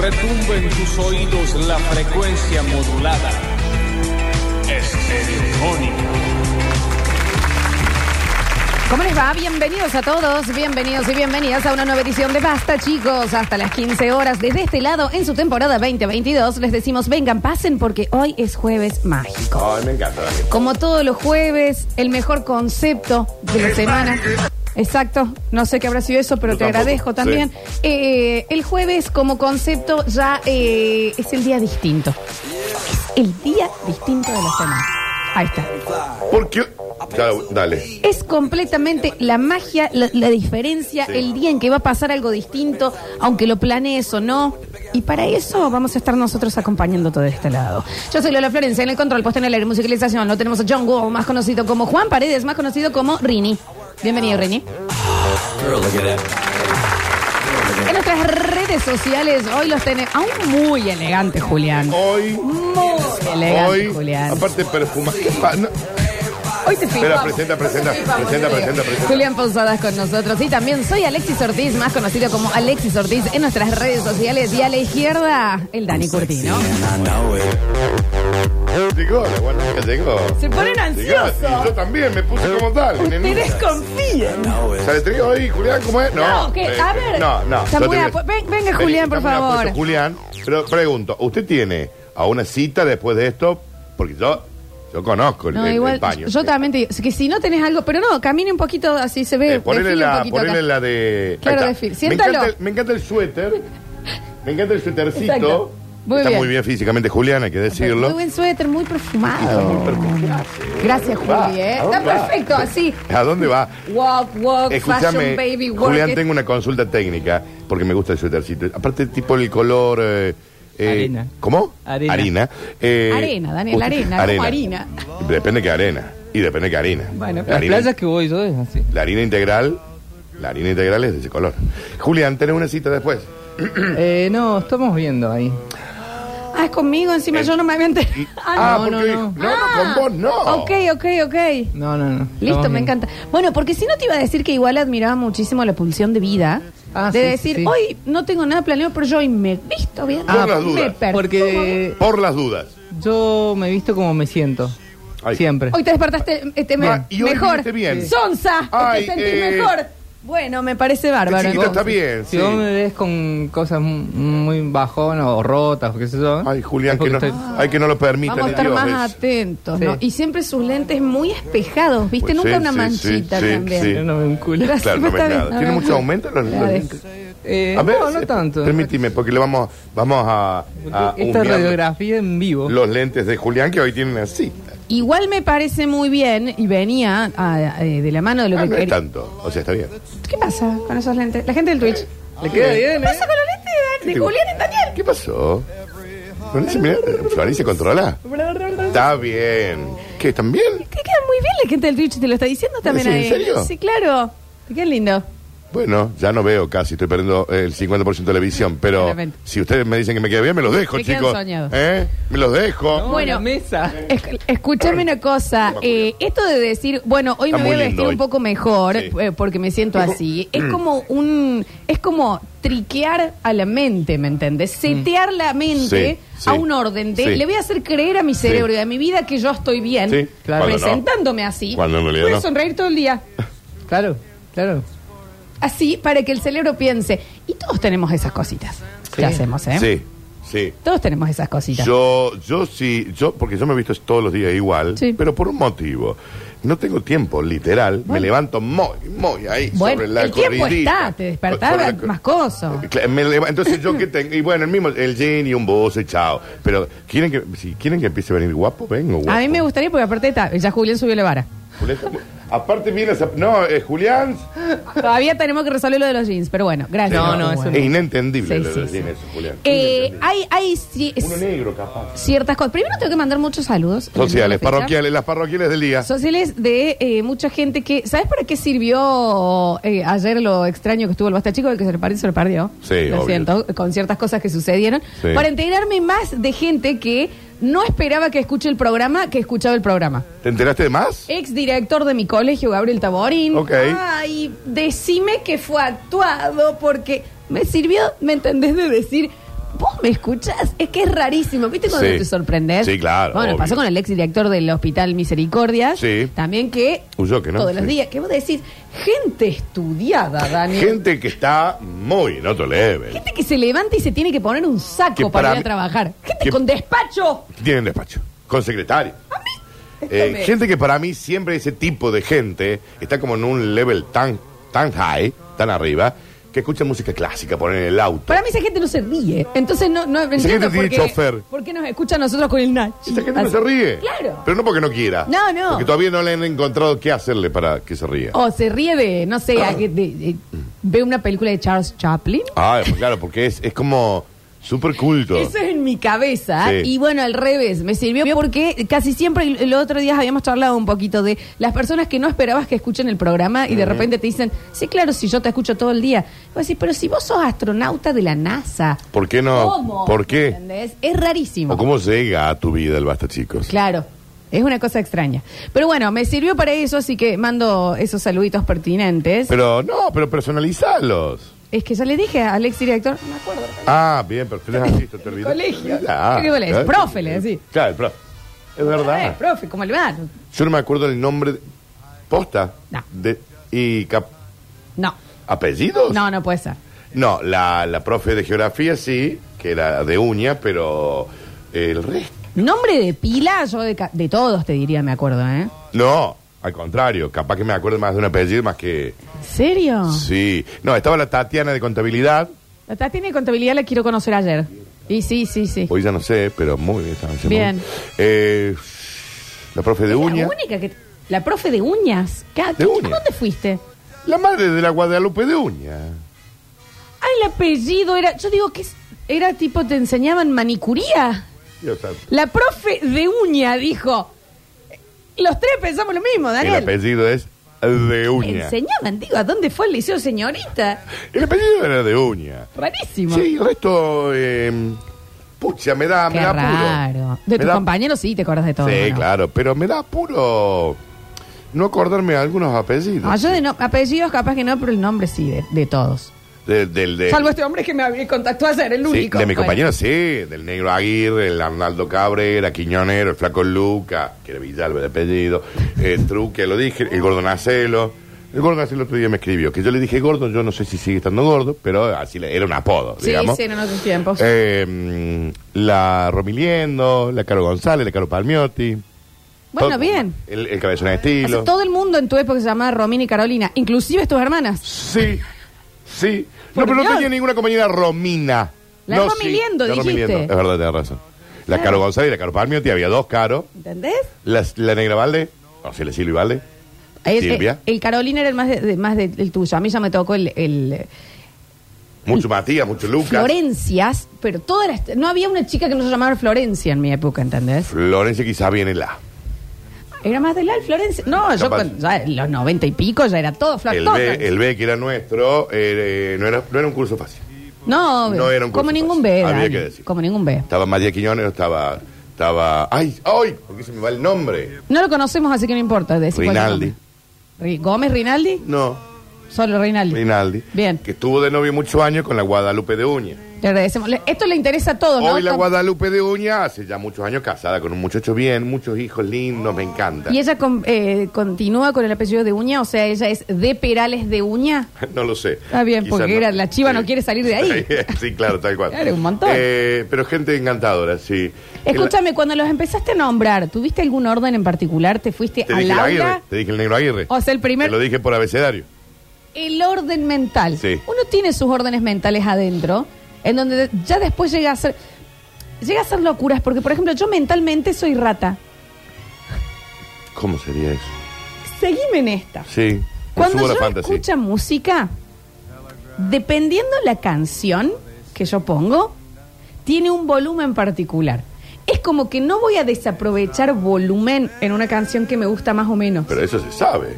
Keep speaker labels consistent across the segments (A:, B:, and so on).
A: retumbe en tus oídos la frecuencia modulada. Estereofónica.
B: ¿Cómo les va? Bienvenidos a todos, bienvenidos y bienvenidas a una nueva edición de Basta, chicos. Hasta las 15 horas desde este lado en su temporada 2022 les decimos, vengan, pasen porque hoy es jueves mágico.
C: Ay, me encanta. Dani.
B: Como todos los jueves, el mejor concepto de la semana. Exacto, no sé qué habrá sido eso, pero
C: Yo
B: te
C: tampoco,
B: agradezco también. Eh, el jueves como concepto ya eh, es el día distinto. Es el día distinto de la semana. Ahí está.
C: ¿Por qué? Ya, dale.
B: Es completamente la magia, la, la diferencia,
C: Sí.
B: el día en que va a pasar algo distinto, aunque lo planees o no. Y para eso vamos a estar nosotros acompañándote de este lado. Yo soy Lola Florencia, en el control, puesto en el aire, musicalización. Lo tenemos a John Wall, más conocido como Juan Paredes, más conocido como Rini.
C: Ah.
B: Bienvenido, Rini. En nuestras redes sociales hoy los tenemos. Aún muy elegante, Julián.
C: Hoy,
B: Muy elegante,
C: hoy,
B: Julián.
C: aparte perfumado.
B: Hoy te
C: Espera,
B: fijamos.
C: presenta, presenta,
B: Hoy te fijamos,
C: presenta,
B: te digo.
C: presenta, presenta.
B: Julián Posadas con nosotros. Y también soy Alexis Ortiz, más conocido como Alexis Ortiz en nuestras redes sociales. Y a la izquierda, el Dani Curtino.
C: Llegó, la guardia llegó.
B: Se ponen
C: Llegó,
B: ansiosos.
C: y yo también me puse como tal. nenita.
B: Ustedes confíen.
C: ¿Sale trío hoy, Julián? ¿Cómo es? No,
B: No, que,
C: eh,
B: a ver.
C: No, no.
B: Está
C: yo
B: muy
C: te voy a-
B: apu- Ven- venga, Julián, por
C: Felicitame un
B: favor.
C: apuesto, Julián, pero pregunto, ¿usted tiene a una cita después de esto? Porque yo, yo conozco el,
B: No,
C: el- el
B: igual,
C: paño.
B: yo también te digo, que si no tenés algo, pero no, camine un poquito, así se ve.
C: Eh, ponele
B: perfila un
C: la,
B: poquito
C: ponele
B: acá.
C: la de. ahí
B: Claro,
C: está.
B: de Phil.
C: Me
B: Siéntalo.
C: encanta, el- me encanta el suéter. Me encanta el suétercito.
B: Exacto. Muy
C: está
B: bien.
C: muy bien físicamente, Julián, hay que decirlo.
B: Muy buen suéter, muy perfumado. Gracias,
C: Va,
B: Juli, ¿eh?
C: ¿a dónde
B: Está
C: va?
B: perfecto, así.
C: ¿A dónde va?
B: Walk, walk,
C: Escúchame,
B: fashion baby, Eh, work
C: Julián,
B: it.
C: tengo una consulta técnica porque me gusta el suétercito. Aparte, tipo el color. eh, eh,
D: Arena.
C: ¿Cómo?
D: Arena.
C: Arena. eh,
B: Arena, Daniel,
C: usted-
B: arena, como harina.
C: Depende que harina. Y depende que harina.
D: Bueno,
C: La
D: las
C: harina-
D: playas que voy yo es así.
C: La harina integral. La harina integral es de ese color. Julián, tenés una cita después.
D: Eh, no, estamos viendo ahí.
B: Ah, es conmigo encima, yo no me había enterado.
C: Eh, Ah,
D: no,
C: porque-
D: no, no.
C: no, no, con vos no.
B: Ah. Ok, ok, ok.
D: No, no, no.
B: Listo,
D: Estamos
B: me
D: viendo.
B: encanta. Bueno, porque si no te iba a decir que igual admiraba muchísimo la pulsión de vida.
D: Ah,
B: de
D: sí,
B: decir,
D: sí.
B: hoy no tengo nada planeado, pero yo hoy me visto bien.
C: Ah, Por las
B: me
C: dudas.
B: perfumo.
D: Porque
C: Por las dudas.
D: yo me visto como me siento.
C: Ay.
D: Siempre.
B: Hoy te despertaste este, me-
C: Ah, y hoy
B: mejor.
C: viniste bien.
B: Sonsa, te
C: Ay,
B: sentís
C: eh.
B: mejor. Bueno, me parece bárbaro.
C: Chiquita, está bien,
D: Si
C: sí.
D: vos me ves con cosas m- muy bajón o rotas o qué sé yo.
C: Ay, Julián,
D: es
C: que
D: porque
C: no,
D: estoy-
C: ay, que no lo permitan.
B: Vamos a estar
C: Dios,
B: más
C: es-
B: atentos, ¿no?
D: Sí.
B: Y siempre sus lentes muy espejados, ¿viste?
C: Pues
B: Nunca
C: sí,
B: una
C: sí,
B: manchita
C: sí, sí,
B: también.
C: sí.
D: no me vinculo.
B: Gracias.
C: Claro, no
B: Está
C: ves
B: bien,
C: nada.
B: no
C: ¿Tiene
B: ves
C: mucho
B: nada.
C: aumento? los- los-
B: Agradezco.
D: Eh,
C: A ver,
D: no, no
C: eh, Ah,
D: tanto.
C: Permíteme, porque le vamos, vamos a, a
D: Esta
C: humear
D: radiografía en vivo.
C: los lentes de Julián que hoy tienen así.
B: Igual me parece muy bien y venía ah, eh, de la mano de lo
C: Ah,
B: que
C: no es
B: quería.
C: tanto. O sea, está bien.
B: ¿Qué pasa con esos lentes? La gente del Twitch.
C: Ah,
D: Le queda bien,
B: ¿Qué pasa
D: ¿eh?
B: con los lentes de, de
C: Digo,
B: Julián y Daniel?
C: ¿Qué pasó? Florencia, mira, Florencia, controla. Está bien. ¿Qué? ¿Están bien?
B: Te queda muy bien la gente del Twitch, te lo está diciendo también
C: ¿Sí, en
B: ahí.
C: serio?
B: Sí, claro. Te queda lindo.
C: Bueno, ya no veo casi, estoy perdiendo eh, el 50% de la visión, pero
B: Ah, Claramente.
C: si ustedes me dicen que me queda bien, me los dejo,
B: Te quedan
C: chicos.
B: soñados.
C: ¿Eh? Me los dejo.
D: No,
B: Bueno.
D: la mesa.
B: Esc- escúchame una cosa. eh, esto de decir, bueno, hoy
C: Está
B: me voy a
C: muy lindo
B: vestir
C: hoy.
B: un poco mejor
C: Sí. mm.
B: eh, porque me siento así, es como un. Es como triquear a la mente, ¿me entiendes? Setear la mente
C: Mm. Sí, sí.
B: a un orden de.
C: Sí.
B: Le voy a hacer creer a mi cerebro y a mi vida que yo estoy bien
C: Sí, claro. Cuando no.
B: presentándome así.
C: Cuando en realidad
B: Voy a
C: no.
B: sonreír todo el día.
D: Claro, claro.
B: Así para que el cerebro piense. Y todos tenemos esas cositas que
D: Sí.
B: hacemos, ¿eh?
C: Sí, sí.
B: Todos tenemos esas cositas.
C: Yo, yo sí, yo, porque yo me he visto todos los días igual,
B: Sí.
C: pero por un motivo. No tengo tiempo, literal. Me levanto muy, muy ahí
B: Bueno,
C: sobre la
B: el tiempo
C: corridita.
B: está, te despertás
C: Sobre la cor-
B: más coso.
C: Cla- me leva- Entonces yo que tengo, y bueno, el mismo, el jean y un buzo y chao. Pero quieren que, si quieren que empiece a venir guapo, vengo guapo.
B: A mí me gustaría porque aparte está, ya Julián subió la vara.
C: Julián, aparte viene esa- no, eh, Julián,
B: Todavía tenemos que resolver lo de los jeans, pero bueno, gracias.
D: No, no, eso
C: es inentendible
B: Sí,
C: lo
B: sí,
C: de
B: sí.
C: jean eso, Julián.
B: Eh, hay hay ci-
C: Uno negro, capaz.
B: ciertas cosas. Primero tengo que mandar muchos saludos.
C: Sociales,
B: En la fecha.
C: parroquiales, las parroquiales del día.
B: Sociales de eh, mucha gente que. ¿Sabes para qué sirvió eh, ayer lo extraño que estuvo el Basta Chico? El que se le perdió, se le perdió.
C: Sí,
B: Lo
C: obvio.
B: siento, con ciertas cosas que sucedieron.
C: Sí.
B: Para enterarme más de gente que no esperaba que escuche el programa, que escuchaba el programa.
C: ¿Te enteraste de más?
B: Ex director de mi colegio, Gabriel Taborín.
C: Ok.
B: Ay, decime que fue actuado porque me sirvió, ¿me entendés? De decir, vos ¿Me escuchas? Es que es rarísimo. ¿Viste cuando
C: Sí.
B: te sorprendes?
C: Sí, claro,
B: Bueno,
C: obvio.
B: pasó con el ex director del Hospital Misericordia.
C: Sí.
B: También que.
C: Ulloque, ¿no?
B: Todos los
C: Sí.
B: días. ¿Qué vos decís? Gente estudiada, Dani. Gente,
C: Gente que está muy en otro level.
B: que se levanta y se tiene que poner un saco
C: Que
B: para,
C: para
B: ir a
C: mí-
B: trabajar. Gente
C: que-
B: con despacho.
C: Que tienen despacho. Con secretario. Eh,
B: Déjame.
C: gente que para mí siempre ese tipo de gente está como en un level tan, tan high, tan arriba, que escucha música clásica, ponen en el auto.
B: Para mí esa gente no se ríe. Entonces no, no entiendo
C: gente
B: por
C: tiene
B: qué,
C: chofer.
B: por qué nos escucha a nosotros con el Nachi.
C: Esa gente no
B: Así-
C: se ríe.
B: Claro.
C: Pero no porque no quiera.
B: No, no. Oh.
C: Porque todavía no le han encontrado qué hacerle para que se ría.
B: O se ríe de, no sé, a que de- de- ve una película de Charles Chaplin.
C: Ah, pues claro, porque es, es como súper culto.
B: Eso es en mi cabeza.
C: Sí.
B: Y bueno, al revés, me sirvió porque casi siempre el, el otro día habíamos charlado un poquito de las personas que no esperabas que escuchen el programa y de repente te dicen, sí, claro, si yo te escucho todo el día. Y vos decís, pero si vos sos astronauta de la NASA.
C: ¿Por qué no?
B: ¿Cómo?
C: ¿Por qué?
B: ¿Entendés? Es rarísimo.
C: ¿O cómo llega a tu vida el basta, chicos?
B: Claro. Es una cosa extraña. Pero bueno, me sirvió para eso, así que mando esos saluditos pertinentes.
C: Pero no, pero personalizalos.
B: es que ya le dije al ex director, no me acuerdo.
C: Ah, bien, pero ustedes han visto, te olvidé.
B: colegio.
C: Ah,
B: ¿Qué le-
C: claro.
B: profe, le decís.
C: Claro, el profe. Es
B: Eh,
C: verdad.
B: profe, ¿cómo le va?
C: Yo no me acuerdo el nombre. de- ¿Posta?
B: No.
C: De, ¿Y cap-
B: No,
C: apellidos?
B: no, no puede ser.
C: No, la, la profe de geografía sí, que era de uña, pero el resto.
B: Nombre de pila, yo de, ca- de todos te diría, me acuerdo, ¿eh?
C: No, al contrario, capaz que me acuerdo más de un apellido más que.
B: ¿En serio?
C: Sí. No, estaba la Tatiana de contabilidad.
B: La Tati de contabilidad la quiero conocer ayer. Y sí, sí, sí.
C: Hoy ya no sé, pero muy bien. estaba haciendo
B: Bien.
C: muy- Eh, la profe de
B: Es
C: uña.
B: La única que... La profe de uñas. ¿Qué-
C: De uñas.
B: ¿A dónde fuiste?
C: La madre de la Guadalupe de uña.
B: Ah, el apellido era... Yo digo que es- era tipo, te enseñaban manicuría.
C: Dios santo.
B: La profe de uña dijo... Los tres pensamos lo mismo,
C: El
B: Daniel.
C: apellido es de uña.
B: Enseñaban, digo, ¿a dónde fue el liceo, señorita?
C: El apellido era de uña.
B: Rarísimo.
C: Sí, el resto. Eh, pucha, me da,
B: Qué
C: me da apuro.
B: raro. De
C: Me
B: tus
C: da-
B: compañeros sí te acordás de todo.
C: Sí,
B: ¿no?
C: claro, pero me da apuro no acordarme de algunos apellidos.
B: No, Ah, yo de no- apellidos capaz que no, pero el nombre sí, de, de todos.
C: De- del, de,
B: Salvo este hombre que me contactó a ser el
C: sí,
B: único. pues.
C: de mi
B: Bueno.
C: compañero, sí. Del negro Aguirre, el Arnaldo Cabrera, Quiñonero, el flaco Luca, que era Villalba de apellido, eh, Truque, lo dije, el gordo Nacelo. El gordo Nacelo el otro día me escribió, que yo le dije gordo, yo no sé si sigue estando gordo, pero así le- era un apodo,
B: Sí,
C: digamos.
B: sí, eran otros tiempos.
C: Eh, mm, la Romiliendo, la Caro González, la Caro Palmiotti.
B: bueno,
C: Todo-
B: bien.
C: El, el cabezón de
B: O sea,
C: estilo.
B: todo el mundo en tu época se llamaba Romina y Carolina, inclusive tus hermanas.
C: Sí, sí.
B: Por
C: no, pero
B: Dios.
C: no tenía ninguna compañera Romina.
B: La
C: no,
B: Romiliendo,
C: la
B: dijiste.
C: Romiliendo. Es verdad, tenés razón. La Caro González y la Caro Palmiotti, había dos Caro.
B: ¿Entendés?
C: Las- La, Negra Valde, no sé, la Silvia Valde.
B: El,
C: Silvia.
B: eh, el Carolina era el más, de- de- más de- el tuyo. A mí ya me tocó el, el Mm.
C: Mucho Matías, mucho Lucas.
B: Florencias, pero todas las. No había una chica que no se llamara Florencia en mi época, ¿entendés?
C: Florencia quizás viene la.
B: Era más del Al Florencia. No, yo
C: Capaz.
B: cuando, ya en los noventa y pico ya era todo Flor.
C: El
B: todo
C: B,
B: Florencia.
C: el B que era nuestro, eh, eh, no, era, no era un curso fácil.
B: No,
C: No era un
B: como
C: curso
B: ningún
C: fácil.
B: B.
C: Había
B: Dani,
C: que decir.
B: Como ningún B.
C: Estaba Matías Quiñones, estaba. Estaba. ¡Ay! ¡Ay! ¿Por qué se me va el nombre?
B: No lo conocemos, así que no importa. decir cuál es el
C: Rinaldi.
B: nombre. Ri- ¿Gómez Rinaldi?
C: No,
B: Solo Rinaldi.
C: Rinaldi.
B: Bien.
C: Que estuvo de novio muchos años con la Guadalupe de Uña.
B: Le agradecemos. Le- Esto le interesa a todos, ¿no?
C: Hoy la
B: Con-
C: Guadalupe de Uña hace ya muchos años casada con un muchacho bien, muchos hijos lindos, me encanta.
B: Y ella con- eh, continúa con el apellido de Uña, o sea, ella es de Perales de Uña.
C: No lo sé.
B: Está bien,
C: Quizás
B: porque era- la chiva no quiere salir de ahí.
C: sí, claro, tal cual.
B: Claro, un montón.
C: Eh, pero gente encantadora, sí.
B: Escúchame, cuando los empezaste a nombrar, ¿tuviste algún orden en particular? ¿Te fuiste
C: El- te
B: a
C: dije el
B: Laura?
C: Aguirre, te dije el negro Aguirre.
B: O sea, el primer-
C: Te lo dije por abecedario.
B: El orden mental.
C: Sí.
B: Uno tiene sus órdenes mentales adentro, en donde de- ya después llega a ser. Llega a ser locuras, porque por ejemplo, yo mentalmente soy rata.
C: ¿Cómo sería eso?
B: Seguime en esta.
C: Sí. me
B: Cuando
C: subo a
B: yo
C: la fantasía.
B: escucha música, dependiendo la canción que yo pongo, tiene un volumen particular. Es como que no voy a desaprovechar volumen en una canción que me gusta más o menos.
C: Pero eso se sabe.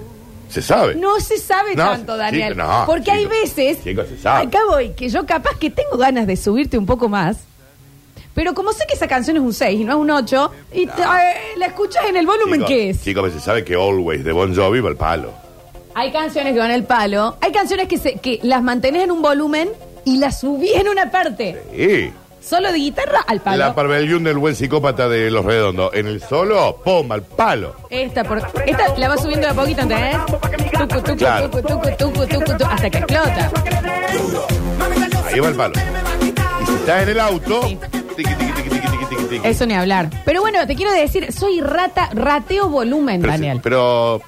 C: Se sabe.
B: No se sabe
C: No,
B: tanto,
C: sí,
B: Daniel.
C: no,
B: porque hay
C: chico,
B: veces,
C: chico, se sabe.
B: acá voy, que yo capaz que tengo ganas de subirte un poco más. Pero como sé que esa canción es un 6 y no es un 8, y te- eh, la escuchas en el volumen
C: Chicos,
B: que es.
C: Chicos, pero se sabe que Always de Bon Jovi va al palo.
B: Hay canciones que van al palo, hay canciones que, se, que las mantenés en un volumen y las subís en una parte.
C: Sí.
B: Solo de guitarra al palo.
C: La Parvelión del buen psicópata de Los Redondos. En el solo, pum, al palo.
B: Esta, por, esta la va subiendo de a poquito, ¿entendés? Tucu, tucu,
C: Claro.
B: tucu, tucu, tucu, tucu, tucu, hasta que explota.
C: Ahí va el palo. Y si estás en el auto,
B: Sí.
C: tiqui, tiqui, tiqui, tiqui, tiqui, tiqui, tiqui.
B: Eso ni hablar. Pero bueno, te quiero decir, soy rata, rateo volumen,
C: Pero sí,
B: Daniel.
C: Pero.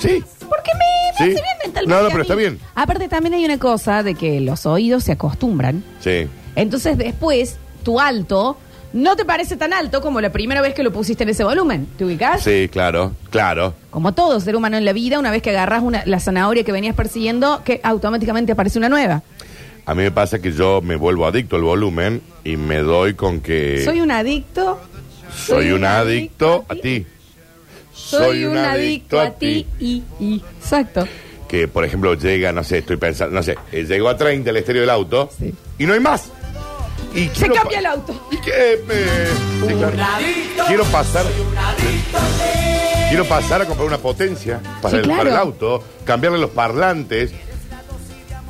C: Sí.
B: Porque me, me
C: Sí.
B: hace bien mentalmente
C: No, no,
B: a
C: pero
B: mí.
C: está bien.
B: Aparte, también hay una cosa de que los oídos se acostumbran.
C: Sí.
B: Entonces, después, tu alto no te parece tan alto como la primera vez que lo pusiste en ese volumen. ¿Te ubicás?
C: Sí, claro, claro.
B: Como todo ser humano en la vida, una vez que agarras una, la zanahoria que venías persiguiendo, que automáticamente aparece una nueva.
C: A mí me pasa que yo me vuelvo adicto al volumen y me doy con que
B: Soy un adicto.
C: soy un adicto a ti.
B: Soy un adicto a ti. Y, y. Exacto.
C: Que, por ejemplo, llega, no sé, estoy pensando, no sé, eh, llegó a 30 el estéreo del auto
B: Sí.
C: y no hay más. Y
B: Se
C: quiero
B: cambia
C: pa-
B: el auto.
C: ¿Y qué? Eh, sí, claro. Quiero pasar. Quiero pasar a comprar una potencia para,
B: Sí,
C: el, para
B: claro.
C: el auto, cambiarle los parlantes.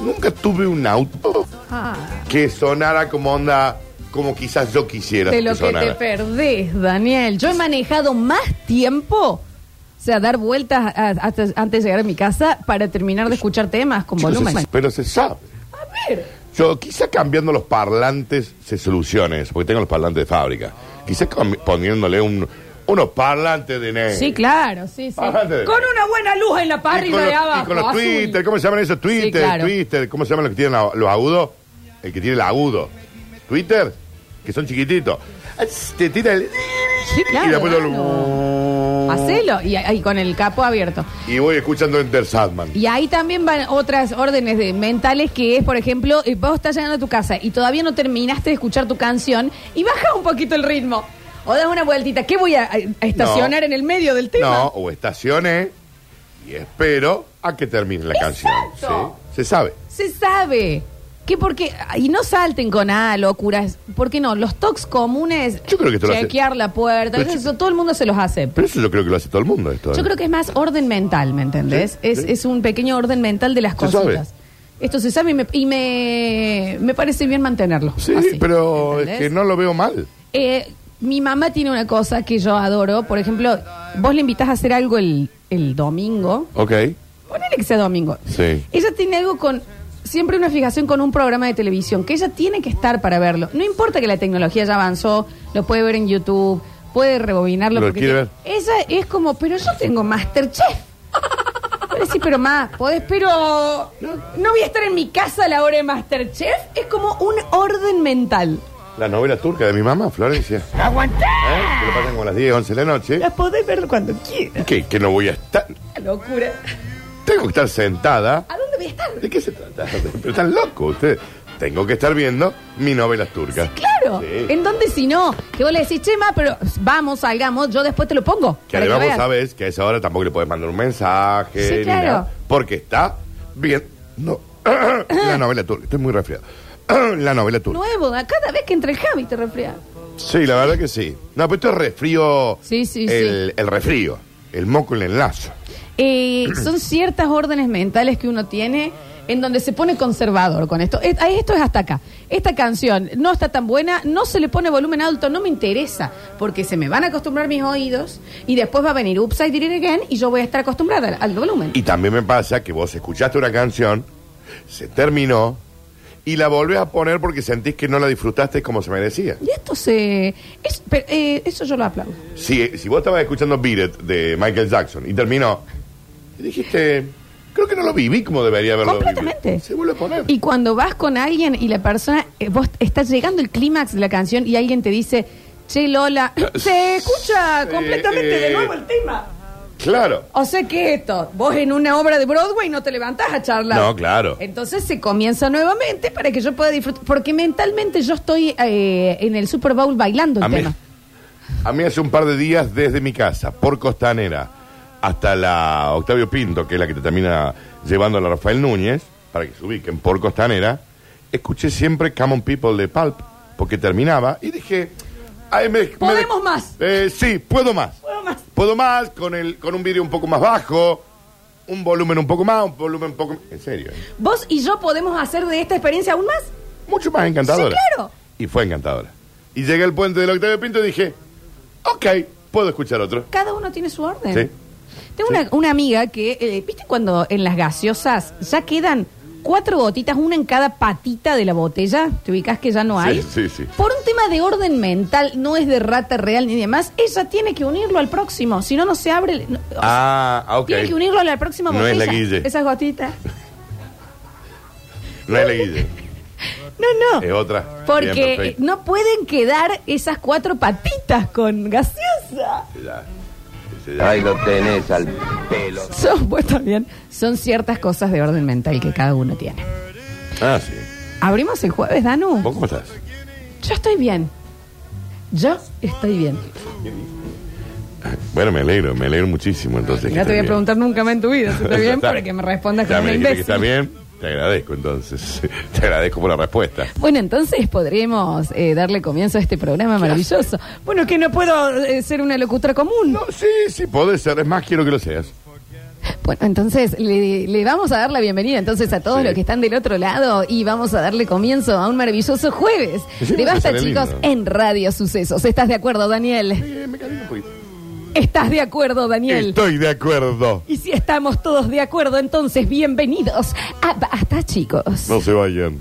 C: Nunca tuve un auto
B: Ah,
C: que sonara como onda, como quizás yo quisiera
B: de lo que
C: sonara.
B: te perdés, Daniel. Yo he manejado más tiempo. O sea, dar vueltas a- hasta- antes de llegar a mi casa para terminar de escuchar temas con
C: Chicos,
B: volumen.
C: se- pero se sabe.
B: A ver.
C: Yo quizá cambiando los parlantes se solucione eso, porque tengo los parlantes de fábrica. Quizá cam- poniéndole un, unos parlantes de negro.
B: Sí, claro, sí, sí. Con
C: Bastante.
B: una buena luz en la
C: Y con,
B: parrilla
C: los,
B: de abajo.
C: y con los
B: azul.
C: Twitter, ¿cómo se llaman esos? Twitter,
B: claro.
C: Twitter, ¿cómo se llaman los que tienen a- los agudos? El que tiene el agudo. Twitter, que son chiquititos. Te tira el...
B: Sí, claro.
C: y después yo
B: claro.
C: lo...
B: Hacelo y, y con el capo abierto.
C: Y voy escuchando Enter Sandman.
B: Y ahí también van otras órdenes de mentales que es, por ejemplo, eh, vos estás llegando a tu casa y todavía no terminaste de escuchar tu canción y baja un poquito el ritmo. O das una vueltita. ¿Qué voy a, a- a estacionar
C: No.
B: en el medio del tema?
C: No, o estacioné y espero a que termine la canción.
B: Exacto.
C: ¿sí? Se sabe.
B: Se sabe. ¿Qué porque Y no salten con ah, locuras. ¿Por qué no? Los tocs comunes.
C: Yo creo que esto lo hace-
B: Chequear la puerta.
C: Pero
B: eso todo el mundo se los hace.
C: Pero eso yo creo que lo hace todo el mundo esto. ¿eh?
B: Yo creo que es más orden mental, ¿me entendés?
C: Sí,
B: es,
C: sí.
B: es un pequeño orden mental de las
C: Se
B: cositas.
C: sabe.
B: Esto se sabe y me, y me, me parece bien mantenerlo.
C: Sí,
B: así,
C: pero
B: ¿entendés?
C: es que no lo veo mal.
B: Eh, mi mamá tiene una cosa que yo adoro. Por ejemplo, vos le invitás a hacer algo el, el domingo.
C: Ok.
B: Ponele que sea domingo.
C: Sí.
B: Ella tiene algo con. Siempre una fijación con un programa de televisión, que ella tiene que estar para verlo. No importa que la tecnología ya avanzó, lo puede ver en YouTube, puede rebobinarlo.
C: Lo
B: porque
C: quiere ver.
B: Ella es como, pero yo tengo Masterchef. Pero sí, pero más, podés, pero no voy a estar en mi casa a la hora de Masterchef. Es como un orden mental.
C: La novela turca de mi mamá, Florencia. ¡Aguantá! Que lo pasan como a las 10, 11 de la noche.
B: La podés ver cuando quieras.
C: ¿Qué? Que no voy a estar.
B: Qué locura.
C: Tengo que estar sentada.
B: ¿A dónde voy a estar?
C: ¿De qué se trata? Pero están locos ustedes. Tengo que estar viendo mi novela turca.
B: Claro.
C: Sí.
B: ¿En dónde si no? Que vos le decís, Chema, pero vamos, salgamos, yo después te lo pongo.
C: Que
B: para
C: además vos
B: veas".
C: sabes que a esa hora tampoco le podés mandar un mensaje.
B: Sí,
C: ni
B: claro.
C: nada, porque está bien. No. la novela turca. Estoy muy resfriado. la novela turca.
B: Nuevo, a cada vez que entra el Javi te refría.
C: Sí, la verdad que sí. No, pero esto es resfrío.
B: Sí, sí,
C: el, El resfrío. El moco en el lazo.
B: Eh, son ciertas órdenes mentales que uno tiene en donde se pone conservador con esto. Es- ahí esto es hasta acá. Esta canción no está tan buena, no se le pone volumen alto, no me interesa, porque se me van a acostumbrar mis oídos y después va a venir Upside Down Again y yo voy a estar acostumbrada al, al volumen.
C: Y también me pasa que vos escuchaste una canción, se terminó y la volvés a poner porque sentís que no la disfrutaste como se merecía.
B: Y esto se... es- pero, eh, eso yo lo aplaudo.
C: Si, si vos estabas escuchando Beat It de Michael Jackson y terminó, y dijiste, creo que no lo viví como debería haberlo vivido".
B: Completamente.
C: Se vuelve a poner.
B: Y cuando vas con alguien y la persona, eh, vos estás llegando el clímax de la canción y alguien te dice, che Lola, se escucha
C: Sí,
B: completamente
C: eh.
B: de nuevo el tema.
C: Claro.
B: O sea que esto, vos en una obra de Broadway no te levantás a charlar.
C: No, claro.
B: Entonces se comienza nuevamente para que yo pueda disfrutar. Porque mentalmente yo estoy eh, en el Super Bowl bailando el
C: A mí,
B: tema.
C: a mí hace un par de días desde mi casa, por Costanera, hasta la Octavio Pinto, que es la que te termina llevando a la Rafael Núñez, para que se ubiquen por Costanera, escuché siempre Common People de Pulp, porque terminaba y dije, "Ay, me- me-
B: Podemos más.
C: Eh, sí, puedo más.
B: Puedo más.
C: Puedo más, con, el, con un vídeo un poco más bajo, un volumen un poco más, un volumen un poco... En serio, eh.
B: Vos y yo podemos hacer de esta experiencia aún más.
C: mucho más
B: Sí,
C: encantadora.
B: claro.
C: y fue encantadora. Y llegué al puente del Octavio Pinto y dije, ok, puedo escuchar otro.
B: Cada uno tiene su orden.
C: Sí.
B: Tengo
C: Sí.
B: una, una amiga que, eh, ¿viste cuando en las gaseosas ya quedan cuatro gotitas, una en cada patita de la botella? ¿Te ubicas que ya no
C: Sí,
B: hay?
C: sí, sí.
B: Por un tema de orden mental, no es de rata real ni demás, ella tiene que unirlo al próximo, si no, no se abre. el- no, o sea,
C: Ah, ok.
B: Tiene que unirlo a la próxima
C: No
B: botella.
C: es la Guille.
B: Esas gotitas.
C: No es la Guille,
B: No,
C: es
B: no.
C: otra. Eh, oh, Bien,
B: Porque eh,
C: perfecto.
B: no pueden quedar esas cuatro patitas con gaseosa.
C: Ya. Ese ya.
E: Ahí lo tenés al pelo.
B: Son, pues, también son ciertas cosas de orden mental que cada uno tiene.
C: Ah, sí.
B: Abrimos el jueves, Danu.
C: ¿Vos cómo estás?
B: Yo estoy bien. Yo estoy bien.
C: Bueno, me alegro, me alegro muchísimo. Entonces,
B: No te
C: que
B: voy a
C: estés bien.
B: preguntar nunca más en tu vida si estoy
C: Ya
B: bien
C: está.
B: porque me respondas
C: Ya
B: como
C: me
B: un
C: dijiste que
B: imbécil.
C: está bien, te agradezco entonces. te agradezco por la respuesta.
B: Bueno, entonces podríamos eh, darle comienzo a este programa maravilloso. Bueno, que no puedo eh, ser una locutora común.
C: No, sí, sí, podés ser. Es más, quiero que lo seas.
B: Bueno, entonces le, le vamos a dar la bienvenida entonces a todos
C: Sí.
B: los que están del otro lado y vamos a darle comienzo a un maravilloso jueves
C: Sí,
B: de
C: me
B: Basta,
C: sale
B: chicos,
C: lindo.
B: en Radio Sucesos. ¿Estás de acuerdo, Daniel?
C: Eh, me caliento un poquito.
B: ¿Estás de acuerdo, Daniel?
C: Estoy de acuerdo.
B: Y si estamos todos de acuerdo, entonces bienvenidos a Basta, chicos.
C: No se vayan.